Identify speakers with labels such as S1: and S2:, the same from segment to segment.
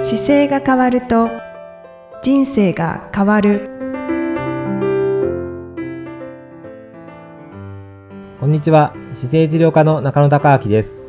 S1: 姿勢が変わると人生が変わる
S2: こんにちは姿勢治療科の中野孝明です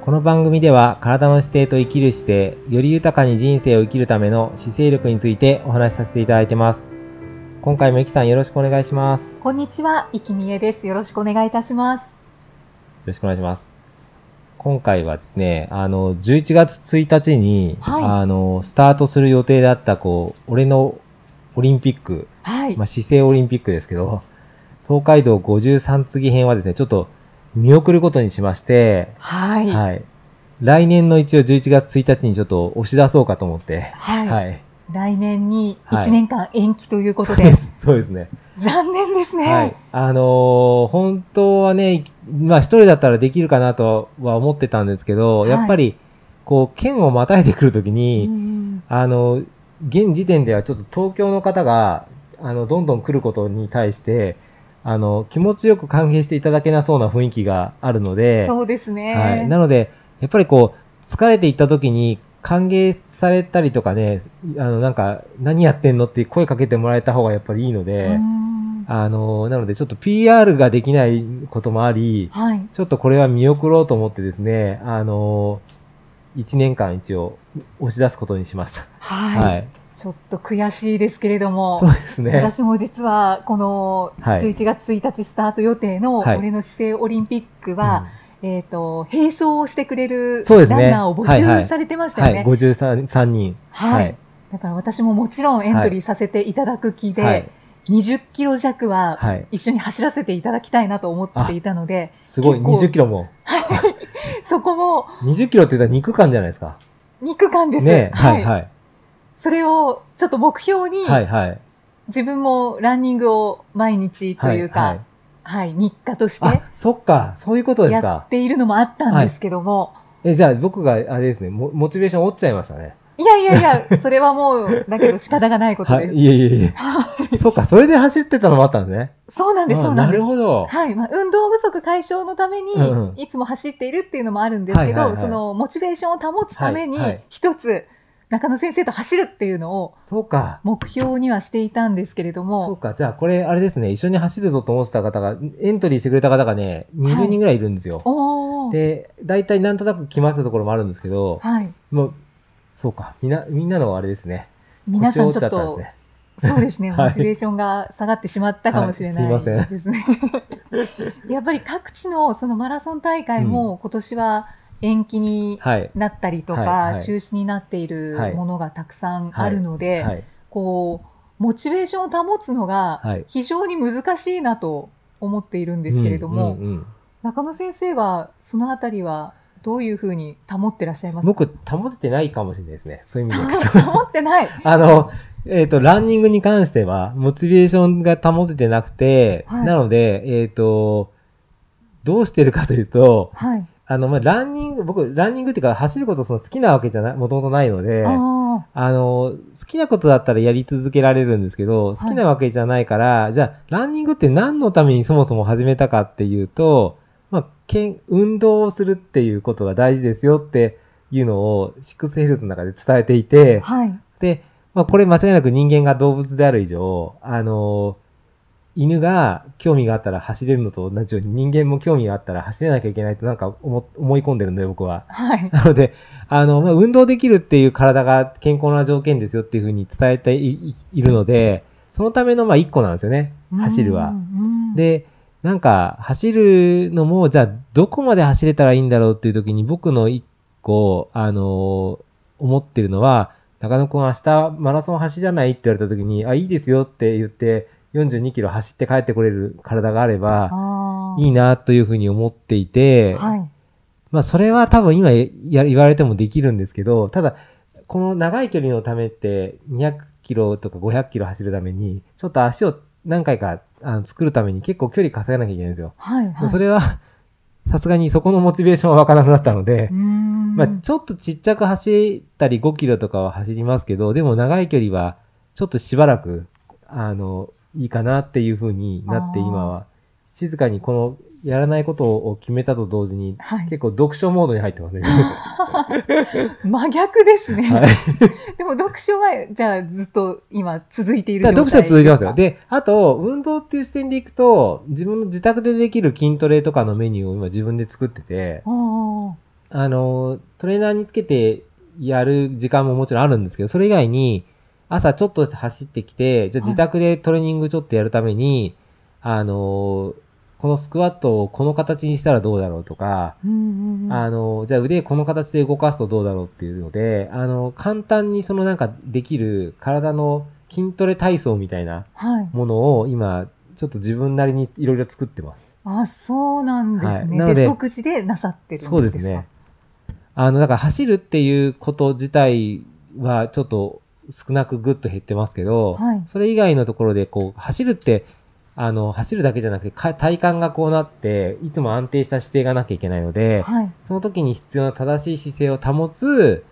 S2: この番組では体の姿勢と生きる姿勢より豊かに人生を生きるための姿勢力についてお話しさせていただいてます今回もゆきさんよろしくお願いしますよ
S3: こんにちは、いきみえです。よろしくお願いいたします。
S2: ろしくお願いします今回はですねあの11月1日に、
S3: はい
S2: あのスタートする予定だったこう俺のオリンピック
S3: は い。
S2: まあ、姿勢オリンピックですけど、東海道53次編はですね、ちょっと見送ることにしまして、
S3: はい。はい。
S2: はい。来年の一応11月1日にちょっと押し出そうかと思って、はい。
S3: 来年に
S2: はい
S3: 1年間延期という ことです。
S2: そうですね。
S3: 残念ですね。
S2: はい。あのー本当はね、いきまあ一人だったらできるかなとは思ってたんですけど、
S3: はい
S2: やっぱり、こう、県をまたいでくるときに、
S3: うん
S2: あの、現時点ではちょっと東京の方が、あの、どんどん来ることに対して、あの、気持ちよく歓迎していただけなそうな雰囲気があるので、
S3: そうですね。
S2: はい。なので、やっぱりこう、疲れていった時に歓迎されたりとかね、あの、なんか、何やってんのって声かけてもらえた方がやっぱりいいので、
S3: うん
S2: あの、なのでちょっと PR ができないこともあり、
S3: はい。
S2: ちょっとこれは見送ろうと思ってですね、あの、1年間一応押し出すことにしました。
S3: は。
S2: はいい
S3: ちょっと悔しいですけれど
S2: そう
S3: も。
S2: ですね。
S3: 私も実はこの
S2: はい
S3: 11月1日スタート予定の
S2: はい
S3: 俺の姿勢オリンピックは、えっと、並走をしてくれる
S2: そう
S3: ラ
S2: で
S3: ン
S2: すね
S3: ナーを募
S2: はいはい
S3: 集されてまし
S2: うん
S3: たよ
S2: はい、
S3: ね。
S2: 53三人。
S3: はい。だから私ももちろんエントリーさせていただく気で、
S2: はい。
S3: 20キロ弱は
S2: はい。
S3: 一緒に走らせていただきたいなと思っていたので、
S2: すごい、
S3: 結構
S2: 20キロも。
S3: そこも
S2: 20キロって言ったら肉感じゃないですか。
S3: 肉感です。
S2: ね
S3: は、
S2: はいい、はい。
S3: それをちょっと目標に、
S2: はい、はい。
S3: 自分もランニングを毎日というか、
S2: は
S3: はいい
S2: は
S3: 日課とし
S2: あ
S3: て、
S2: そっか、そういうことです
S3: や
S2: か
S3: っ。ているのもあったんですけども、
S2: え、じゃあ僕が、あれですね、モモチベーション落ちちゃいましたね。
S3: いやいやいや、それはもう、だけど仕方がないこと
S2: は
S3: で
S2: い、
S3: す。
S2: いえいえいえ。 そっか、それで走ってたのもあったんですね。
S3: そうなんです、
S2: あ
S3: そうなん
S2: な
S3: で
S2: る
S3: す。
S2: ほど。
S3: はい。まあ、運動不足解消のために
S2: うんうん、
S3: いつも走っているっていうのもあるんですけ
S2: はいはいは
S3: ど、
S2: い
S3: その、モチベーションを保つために
S2: はいはい、
S3: 一つ、中野先生と走るっていうのを
S2: そうか。
S3: 目標にはしていたんですけれど
S2: そう
S3: も、
S2: か、じゃあこれ、あれですね、一緒に走るぞと思ってた方が、エントリーしてくれた方がね、20人ぐらいいるんですよ。
S3: おー
S2: で、大体なんとなく決まってたところもあるんですけど、
S3: はい。
S2: もう、そうか。みんな、みんなのあれですね。
S3: 皆さん
S2: 腰
S3: ち
S2: を折
S3: ょ
S2: っちゃった
S3: っ
S2: ん
S3: と
S2: で、すね。
S3: そうです ね、
S2: はい
S3: モチベーションが下がってしまったかもしれな
S2: はいすいま
S3: いですね。 やっぱり各地のそのマラソン大会も今年は延期に
S2: はい。
S3: なったりと
S2: はいは
S3: か
S2: い、
S3: 中止になってい
S2: はい
S3: るものがたくさんあるので、
S2: はい。
S3: こう、モチベーションを保つのが
S2: はい
S3: 非常に難しいなと思っているんですけれども、
S2: うんうんうん
S3: 中野先生はそのあたりはどういうふうに保ってらっしゃいますか
S2: 僕、保ててないかもしれないですね。そういう意味でいくと。
S3: 保ってない。
S2: あの、えっ、と、ランニングに関しては、モチベーションが保ててなくて、
S3: はい
S2: なので、えっ、と、どうしてるかというと、
S3: はい。
S2: あの、まあ、ランニング、僕、ランニングっていうか、走ることその好きなわけじゃない、もともとないので、
S3: あ
S2: あの、好きなことだったらやり続けられるんですけど、好きなわけじゃないから、じゃあ、ランニングって何のためにそもそも始めたかっていうと、まあ、けん運動をするっていうことが大事ですよっていうのを、シックスヘルスの中で伝えてい
S3: あ。
S2: て、
S3: はい。
S2: で、まあ、これ間違いなく人間が動物である以上、あの、犬が興味があったら走れるのと同じように、人間も興味があったら走れなきゃいけないとなんか思思い込んでるんで、僕は。
S3: はい。
S2: なので、あの、まあ、運動できるっていう体が健康な条件ですよっていうふうに伝えていいいるので、そのための、まあ、一個なんですよね。走る
S3: う
S2: は。
S3: ん、
S2: で、なんか、走るのも、じゃあ、どこまで走れたらいいんだろうっていう時に、僕の一個、あの思ってるのは、中野くん明日マラソン走らないって言われた時に、あ、いいですよって言って、42キロ走って帰ってこれる体があれば、
S3: あ
S2: いいなというふうに思っていて、
S3: いはい。
S2: まあ、それは多分今や言われてもできるんですけど、ただ、この長い距離のためって、200キロとか500キロ走るために、ちょっと足を何回かあの作るために結構距離稼がなきゃいけないんですよ。
S3: はい。はい。
S2: それは、さすがにそこのモチベーションはわからなくなったので
S3: う、ん。
S2: まあ、ちょっとちっちゃく走ったり5キロとかは走りますけど、でも長い距離はちょっとしばらく、あの、いいかなっていうふうになって
S3: あー
S2: 今は、静かにこのやらないことを決めたと同時に、
S3: はい。
S2: 結構読書モードに入ってます ね。
S3: 真逆ですね。
S2: はい。
S3: でも読書は、じゃあずっと今続いている
S2: だ
S3: 状
S2: か
S3: 態
S2: ら読書は続いてますよ。
S3: で
S2: で、あと、運動っていう視点でいくと、自分の自宅でできる筋トレとかのメニューを今自分で作ってて
S3: す、か。おー
S2: あの、トレーナーにつけてやる時間ももちろんあるんですけど、それ以外に、朝ちょっと走ってきて、じゃあ
S3: はい
S2: 自宅でトレーニングちょっとやるために、あの、このスクワットをこの形にしたらどうだろうとか、
S3: うんうんうん
S2: あの、じゃあ腕この形で動かすとどうだろうっていうので、あの、簡単にそのなんかできる体の筋トレ体操みたいな
S3: はい。
S2: ものを今、ちょっと自分なりにいろいろ作ってます。
S3: あ、そうなんです
S2: はい
S3: ね。
S2: な
S3: で
S2: ので
S3: 独自でなさってるんですか。
S2: そうですね。。あの、だから走るっていうこと自体はちょっと少なくぐっと減ってますけど、
S3: はい
S2: それ以外のところでこう、走るって、あの、走るだけじゃなくてか体幹がこうなって、いつも安定した姿勢がなきゃいけないので、
S3: はい。
S2: その時に必要な正しい姿勢を保つ、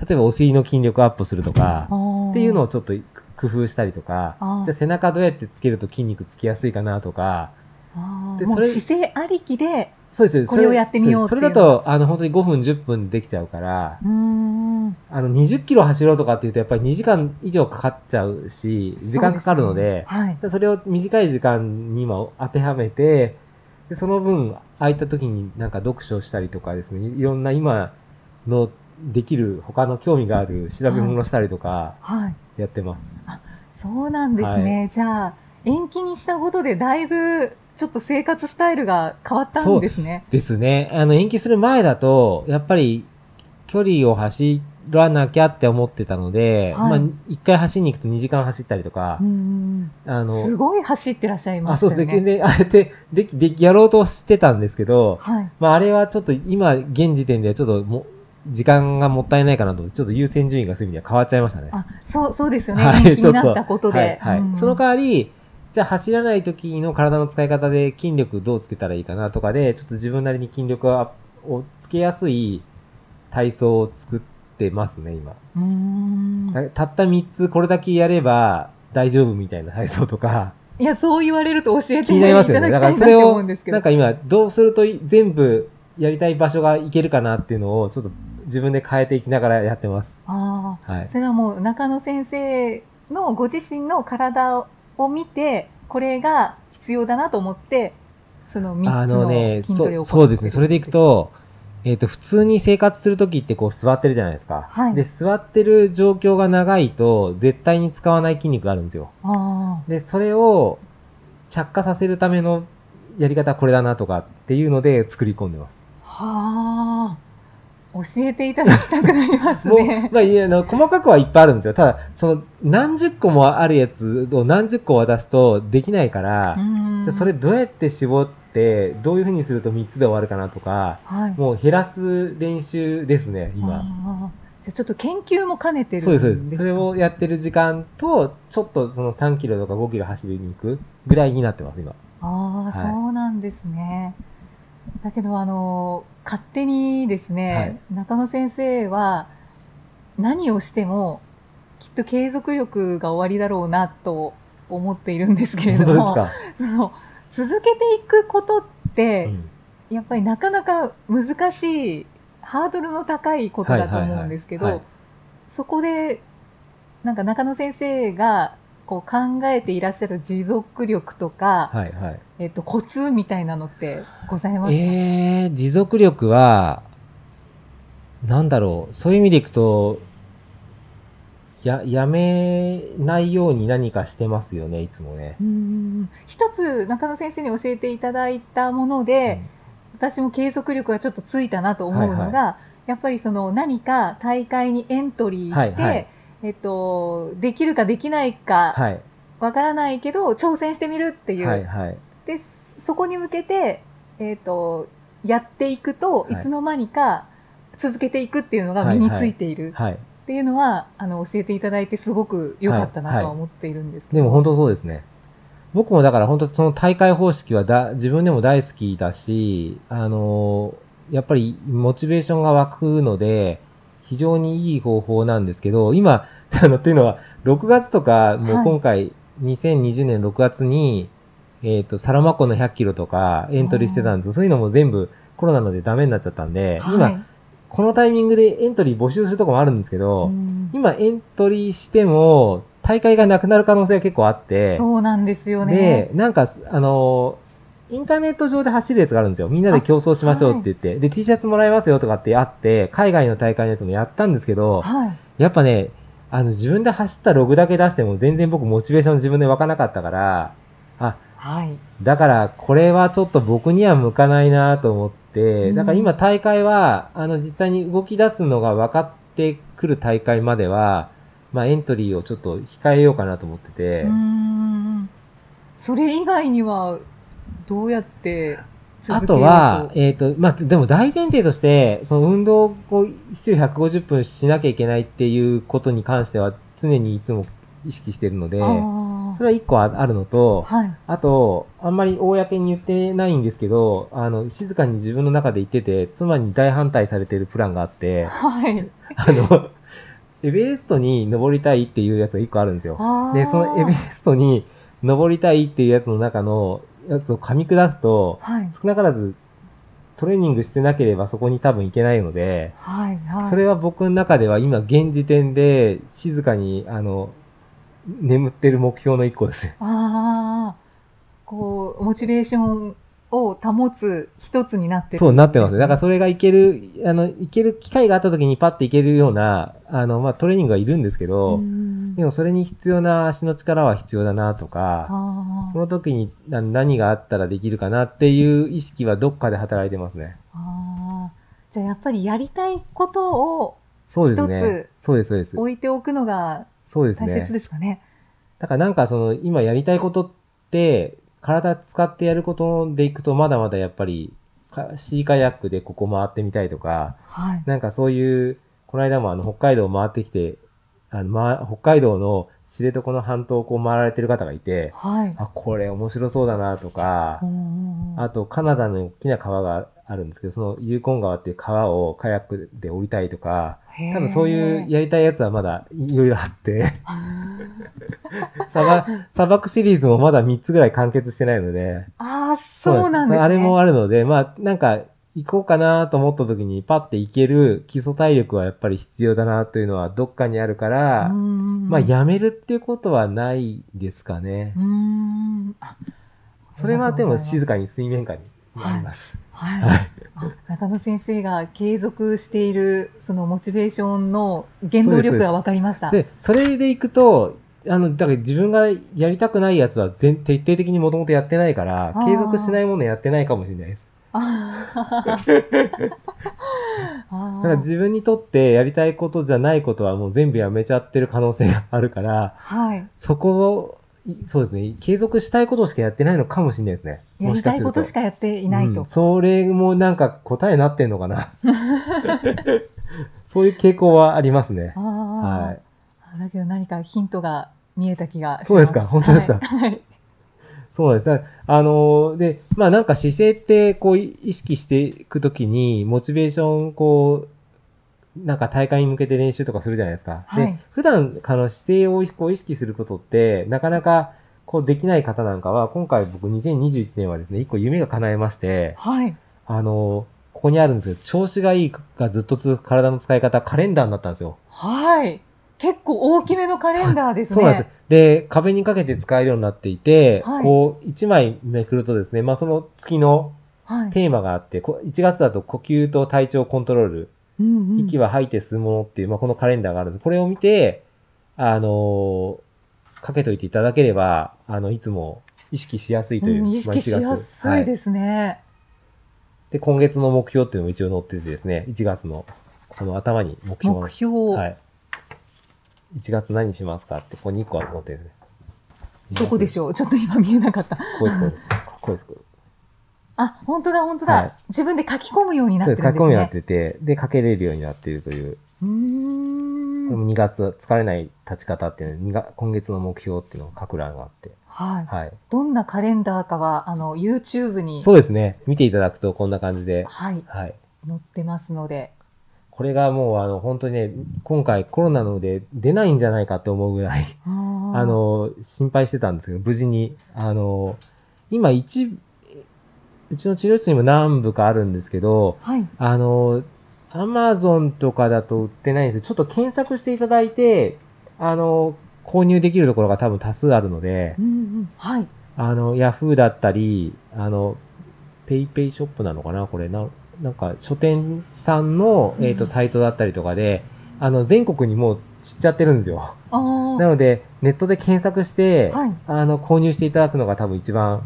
S2: 例えばお尻の筋力アップするとか、
S3: っ
S2: っていうの
S3: を。
S2: をちょっと工夫したりとか、
S3: あー
S2: じゃあ背中どうやってつけると筋肉つきやすいかなとか、
S3: あー
S2: で
S3: も
S2: そうれ
S3: 姿勢ありきで、
S2: そうですね
S3: これをやってみようって
S2: そ
S3: いう
S2: れだと、あの、本当に5分、10分できちゃうから
S3: う、ーん。
S2: あの、20キロ走ろうとかっていうと、やっぱり2時間以上かかっちゃうし、時間かかるので、
S3: そうすねはい。
S2: でそれを短い時間に今当てはめて、でその分空いた時になんか読書したりとかですね、いいろんな今のできる他の興味がある調べ物したりとか
S3: はい。
S2: やってます。
S3: そうなんですね。じゃあ、延期にしたことで、だいぶ、ちょっと生活スタイルが変わったんですね。
S2: ですね。あの延期する前だと、やっぱり距離を走らなきゃって思ってたので、
S3: はい
S2: まあ一回走りに行くと2時間走ったりとか
S3: う、ん
S2: あ
S3: うんうん。す
S2: の、
S3: ごい走ってらっしゃいま
S2: あ、
S3: した
S2: そう
S3: よ
S2: です
S3: ね。
S2: ね。全然、あえて、でき、でき、やろうとしてたんですけど、
S3: はい。
S2: まあ、あれはちょっと今、現時点ではちょっとも、時間がもったいないかなと思って、ちょっと優先順位がそういう意味では変わっちゃいましたね。
S3: あ、そう、そうですよね。
S2: はい
S3: 延期になったこと
S2: はい
S3: で。
S2: はい
S3: うん
S2: その代わり、じゃあ走らない時の体の使い方で筋力どうつけたらいいかなとかで、ちょっと自分なりに筋力ををつけやすい体操を作ってますね、今。
S3: うーん。
S2: たった3つこれだけやれば大丈夫みたいな体操とか、
S3: いや、そう言われると教え
S2: 気
S3: て
S2: に
S3: い
S2: な
S3: た
S2: り
S3: だ
S2: ま
S3: き
S2: すよね。だからそ
S3: たいなって
S2: れ
S3: 思う
S2: を、
S3: んですけ
S2: な
S3: ど
S2: ん。か今、どうするとい全部やりたい場所がいけるかなっていうのを、ちょっと自分で変えていきながらやってます。
S3: ああ。
S2: はい。
S3: それはもう中野先生のご自身の体を見てこれが必要だなと思ってその3つの筋トレ
S2: そ
S3: を
S2: うそうですね。それでいくと、えっ、と、普通に生活するときってこう座ってるじゃないですか。
S3: はい
S2: で、座ってる状況が長いと、絶対に使わない筋肉があるんですよ。
S3: あ
S2: で、それを着火させるためのやり方はこれだなとかっていうので作り込んでます。
S3: あはあ教えていただきたくなります
S2: もう
S3: ね
S2: まあ、いやあの細かくはいっぱいあるんですよ。ただ、その何十個もあるやつを何十個渡すとできないから、
S3: うん
S2: じゃあそれどうやって絞って、どういうふうにすると3つで終わるかなとか、
S3: はい
S2: もう減らす練習ですね、今。
S3: ああじゃあちょっと研究も兼ねてる
S2: そうです、そうです。
S3: か
S2: それをやってる時間と、ちょっとその3キロとか5キロ走りに行くぐらいになってます、今。
S3: ああ、
S2: はい
S3: そうなんですね。だけど、あの、勝手にですね、
S2: はい
S3: 中野先生は何をしてもきっと継続力が終わりだろうなと思っているんですけれ
S2: 本当
S3: ど
S2: です
S3: も、
S2: か、
S3: その続けていくことっ
S2: う
S3: て、
S2: ん
S3: やっぱりなかなか難しい、ハードルの高いことだと思うんですけ
S2: はいはい
S3: ど
S2: はい、
S3: そこで、なんか中野先生がこう考えていらっしゃる持続力とか、
S2: はい、はい。
S3: えっと、コツみたいなのってございますか、
S2: えー、持続力は、なんだろう、そういう意味でいくと、や、やめないように何かしてますよね、いつもね。
S3: うーん一つ中野先生に教えていただいたもので、私も継続力がちょっとついたなと思うのが、
S2: はい
S3: やっぱりその何か大会にエントリーして、
S2: はいはい
S3: えっと、できるかできない
S2: うん
S3: か
S2: はい、
S3: わからないけど、挑戦してみるっていう、
S2: はい、はい。
S3: でそこに向けて、えっと、やっていくと、
S2: はい
S3: い、つの間にか続けていくっていうのが身についている
S2: はい。
S3: っていうのはあの教えていただいてすごく良かったな
S2: はい
S3: とは
S2: はい
S3: 思っているんですけ
S2: で
S3: ど、
S2: も本当そうですね。僕もだから本当その大会方式はだ自分でも大好きだし、あのーやっぱりモチベーションが湧くので、非常にいい方法なんですけど、今、あの、っていうのは、6月とか、もう
S3: はい
S2: 今回、2020年6月に、えっ、と、サロマ湖の100キロとかエントリーしてたんですけど、そういうのも全部コロナのでダメになっちゃったんで、今、このタイミングでエントリー募集するとこもあるんですけど、
S3: うん
S2: 今エントリーしても、大会がなくなる可能性が結構あって、
S3: そうなんですよね。
S2: で、なんか、あの、インターネット上で走るやつがあるんですよ。みんなで競争しましょうって言って。で、T シャツもらえますよとかってあって、海外の大会のやつもやったんですけど、
S3: はい。
S2: やっぱね、あの、自分で走ったログだけ出しても全然僕モチベーション自分で湧かなかったから、
S3: はい。
S2: だからこれはちょっと僕には向かないなと思って、
S3: うん
S2: だから今大会は、あの、実際に動き出すのが分かってくる大会までは、まあエントリーをちょっと控えようかなと思ってて、
S3: うーん。それ以外には、どうやって続
S2: あ
S3: けよ
S2: と
S3: う
S2: は、、えっ、と、まあ、でも大前提として、その運動を週150分しなきゃいけないっていうことに関しては常にいつも意識してるので、
S3: あ
S2: それは一個ああるのと、
S3: あはい。
S2: あと、あんまり公に言ってないんですけど、あの、静かに自分の中で言ってて、妻に大反対されてるプランがあ って、
S3: はい。
S2: あの、エベレストに登りたいっていうやつが一個あるんですよ。
S3: ああ。
S2: で、そのエベレストに登りたいっていうやつの中のやつを噛み砕くと、
S3: はい。
S2: 少なからずトレーニングしてなければそこに多分行けないので、
S3: はい。はい。
S2: それは僕の中では今現時点で静かに、あの、眠ってる目標の一個です。
S3: ああ。こう、モチベーションを保つ一つになってる、
S2: そうなってますね。だから
S3: そ
S2: それがいける、あの、いける機会があった時にパッていけるような、あの、まあ、トレーニングはいるんですけど、でもそれに必要な足の力は必要だなとか、
S3: あ
S2: そ
S3: ー
S2: の時にな何があったらできるかなっていう意識はどっかで働いてますね。
S3: あー。じゃあやっぱりやりたいことを
S2: そうです
S3: 一
S2: ね。そうです、そうです。
S3: 置いておくのが
S2: そうです
S3: 大
S2: ね
S3: 切。ですかね。
S2: だからなんかその、今やりたいことって、体使ってやることでいくとまだまだやっぱり、かシーカヤックでここ回ってみたいとか、
S3: はい。
S2: なんかそういう、この間もあの北海道を回ってきて、あの、ま、北海道の知床の半島をこう回られてる方がいて、
S3: はい。
S2: あ、これ面白そうだなとか
S3: う、んうんうん
S2: あとカナダの大きな川があるんですけど、そのユーコン川っていう川をカヤックで降りたいとか、
S3: へー
S2: 多分そういうやりたいやつはまだいろいろあって、 砂漠、砂漠シリーズもまだ3つぐらい完結してないので、
S3: ああ、そうなんですね。
S2: あれもあるので、まあ、なんか、行こうかなと思った時にパッて行ける基礎体力はやっぱり必要だなというのはどっかにあるから、
S3: うん。
S2: まあ、やめるっていうことはないですかね。
S3: うん。あ
S2: それはでも静か
S3: に。
S2: に水面下にあります。
S3: はい。あ中野先生が継続している、そのモチベーションの原動力が分かりました。
S2: で、それで行くと、あの、だから自分がやりたくないやつは全徹底的にもともとやってないから
S3: あ、ー
S2: 継続しないものやってないかもしれないです。
S3: あ
S2: だから
S3: あ。
S2: 自分にとってやりたいことじゃないことはもう全部やめちゃってる可能性があるから、
S3: はい。
S2: そこを、いそうですね、継続したいことしかやってないのかもしれないですね。
S3: やりたいことし
S2: か
S3: かやってい
S2: い
S3: ないと。
S2: それもなんか答えになってんのか な。そういう傾向はありますね。は
S3: あ
S2: い。
S3: あ。だけど何かヒントが見えた気がします。
S2: そうですか本当ですか
S3: はいはい。
S2: そうですね。あのーで、まあなんか姿勢ってこうい意識していくときに、モチベーション、こう、なんか大会に向けて練習とかするじゃないですか。
S3: はい
S2: で、普段、あの、姿勢をこう意識することって、なかなか、こうできない方なんかは、今回僕2021年はですね、一個夢が叶えまして、
S3: はい。
S2: あの、ここにあるんですけど、調子がいいがずっと続く体の使い方、カレンダーになったんですよ。
S3: はい。結構大きめのカレンダーですね。
S2: そうなんです。で、壁にかけて使えるようになっていて、
S3: はい
S2: こう、1枚めくるとですね、まあその月の
S3: はい。
S2: テーマがあって、こ1月だと呼吸と体調コントロール、
S3: うんうん
S2: 息は吐いて吸うものっていう、まあこのカレンダーがあるんです。これを見て、あのーかけといていただければ、あの、いつも意識しやすいという、
S3: うん意識しやすい
S2: す。は
S3: で
S2: い
S3: すね。
S2: で、今月の目標っていうのも一応載っててですね、1月の、この頭に目標が
S3: 目標、
S2: はい。1月何しますかって、ここに1個あるのってるね。
S3: どこでし
S2: ょう
S3: ょうちょ っと今見えなかった。
S2: ここです、ここです。ここです
S3: あ、本当だ、本当だ、
S2: はい
S3: 自分で書き込むようになっ
S2: そう
S3: て
S2: で
S3: る
S2: す。書き
S3: んです
S2: 込みになっ
S3: ね。
S2: てて、で、書けれるようになっているという、
S3: うー
S2: これ
S3: ん。
S2: も2月、疲れない立ち方っていうのに、が今月の目標っていうのを書く欄があって、
S3: はい。
S2: はい。
S3: どんなカレンダーかは、あの、YouTube に、
S2: そうですね。見ていただくとこんな感じで、
S3: はい、
S2: はい。
S3: 載ってますので。
S2: これがもう、あの、本当にね、今回コロナので出ないんじゃないかと思うぐらい、
S3: あー
S2: あ、の、心配してたんですけど、無事に、あの、今一、うちの治療室にも何部かあるんですけど、
S3: はい。
S2: あの、アマゾンとかだと売ってないんですけど、ちょっと検索していただいて、あの、購入できるところが多分多数あるので
S3: う、んうん。はい。
S2: あの、ヤフーだったり、あの、ペイペイショップなのかなこれな、なんか書店さんの、えっ、
S3: う
S2: と、
S3: ん
S2: サイトだったりとかで、あの、全国にもう散っちゃってるんですよ。
S3: ああ。
S2: なので、ネットで検索して、
S3: はい。
S2: あの、購入していただくのが多分一番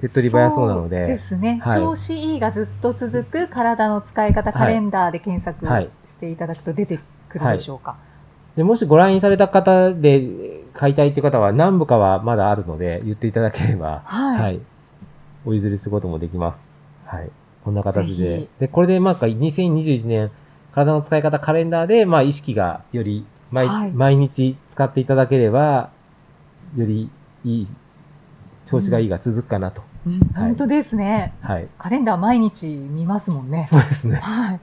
S2: 手っ取り早そうなので、
S3: そうですね、
S2: はい
S3: 調子いいがずっと続く体の使い方カレンダーで検索
S2: はい
S3: していただくと出てくるでしょうか。
S2: で、もしご覧にされた方でえー買いたいっていう方は何部かはまだあるので、言っていただければ、
S3: はい。
S2: はい。お譲りすることもできます。はい。こんな形
S3: ぜ
S2: で
S3: ひ。
S2: で、これでなんか2021年、体の使い方カレンダーで、まあ意識がより毎、
S3: はい
S2: 毎日使っていただければ、よりいい、調子がいいが続くかなと。
S3: うん
S2: はい
S3: 本当ですね。
S2: はい。
S3: カレンダー毎日見ますもんね。
S2: そうですね。
S3: はい。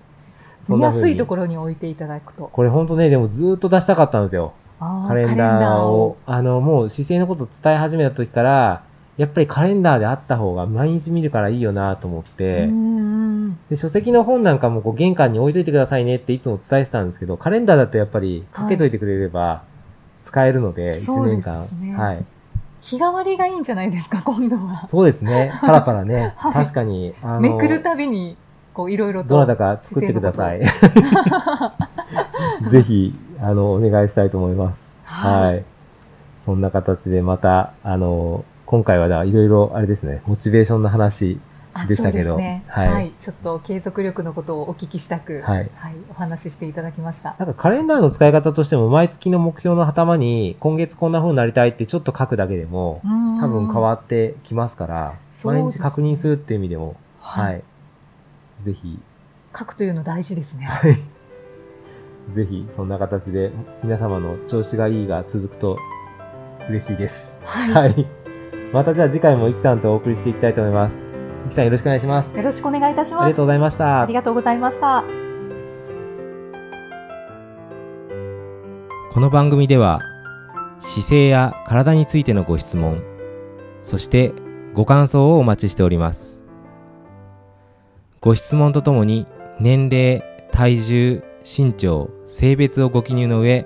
S2: そ
S3: 見
S2: んな
S3: や
S2: 風に
S3: すいところに置いていただくと。
S2: これほんとね、でもずーっと出したかったんですよ。
S3: あー
S2: カレンダーを。。あの、もう姿勢のこと伝え始めた時から、やっぱりカレンダーであった方が毎日見るからいいよなと思っ
S3: カ
S2: て、
S3: レンダーをうんうん。
S2: で、書籍の本なんかもこう玄関に置いといてくださいねっていつも伝えてたんですけど、カレンダーだとやっぱりかけといてくれれば使えるので、一
S3: そう
S2: 年
S3: です
S2: 間、
S3: ね
S2: はい。
S3: 日替わりがいいんじゃないですか、 今度は。
S2: そうですね。パラパラね。
S3: はい
S2: 確かに。あの
S3: めくるたびに、こう、いろいろと。
S2: どなたか作ってください。 ぜひ、あの、お願いしたいと思います。
S3: はい
S2: はい。そんな形でまた、あの、今回はだ、いろいろ、あれですね、モチベーションの話。
S3: あ
S2: でしたけど
S3: そうですね
S2: は
S3: はいい、ちょっと継続力のことをお聞きしたく、
S2: は
S3: はいい、お話ししていただきました。
S2: なんかカレンダーの使い方としても、毎月の目標の頭に、今月こんな風になりたいってちょっと書くだけでも、
S3: 多
S2: 多分変わってきますから、
S3: そうです
S2: 毎日確認するっていう意味でも、
S3: は。
S2: はいい。ぜひ、
S3: 書くというの大事ですね。
S2: はい。ぜひ、そんな形で、皆様の調子がいいが続くと嬉しいです。
S3: はい。
S2: はい。またじゃあ次回もいきさんとお送りしていきたいと思います。いきさんよろしくお願いします。
S3: よろしくお願いいたします。
S2: ありがとうございました
S3: あり。がとうございました。
S2: この番組では姿勢や体についてのご質問そしてご感想をお待ちしておりますご質問とともに年齢体重身長性別をご記入の上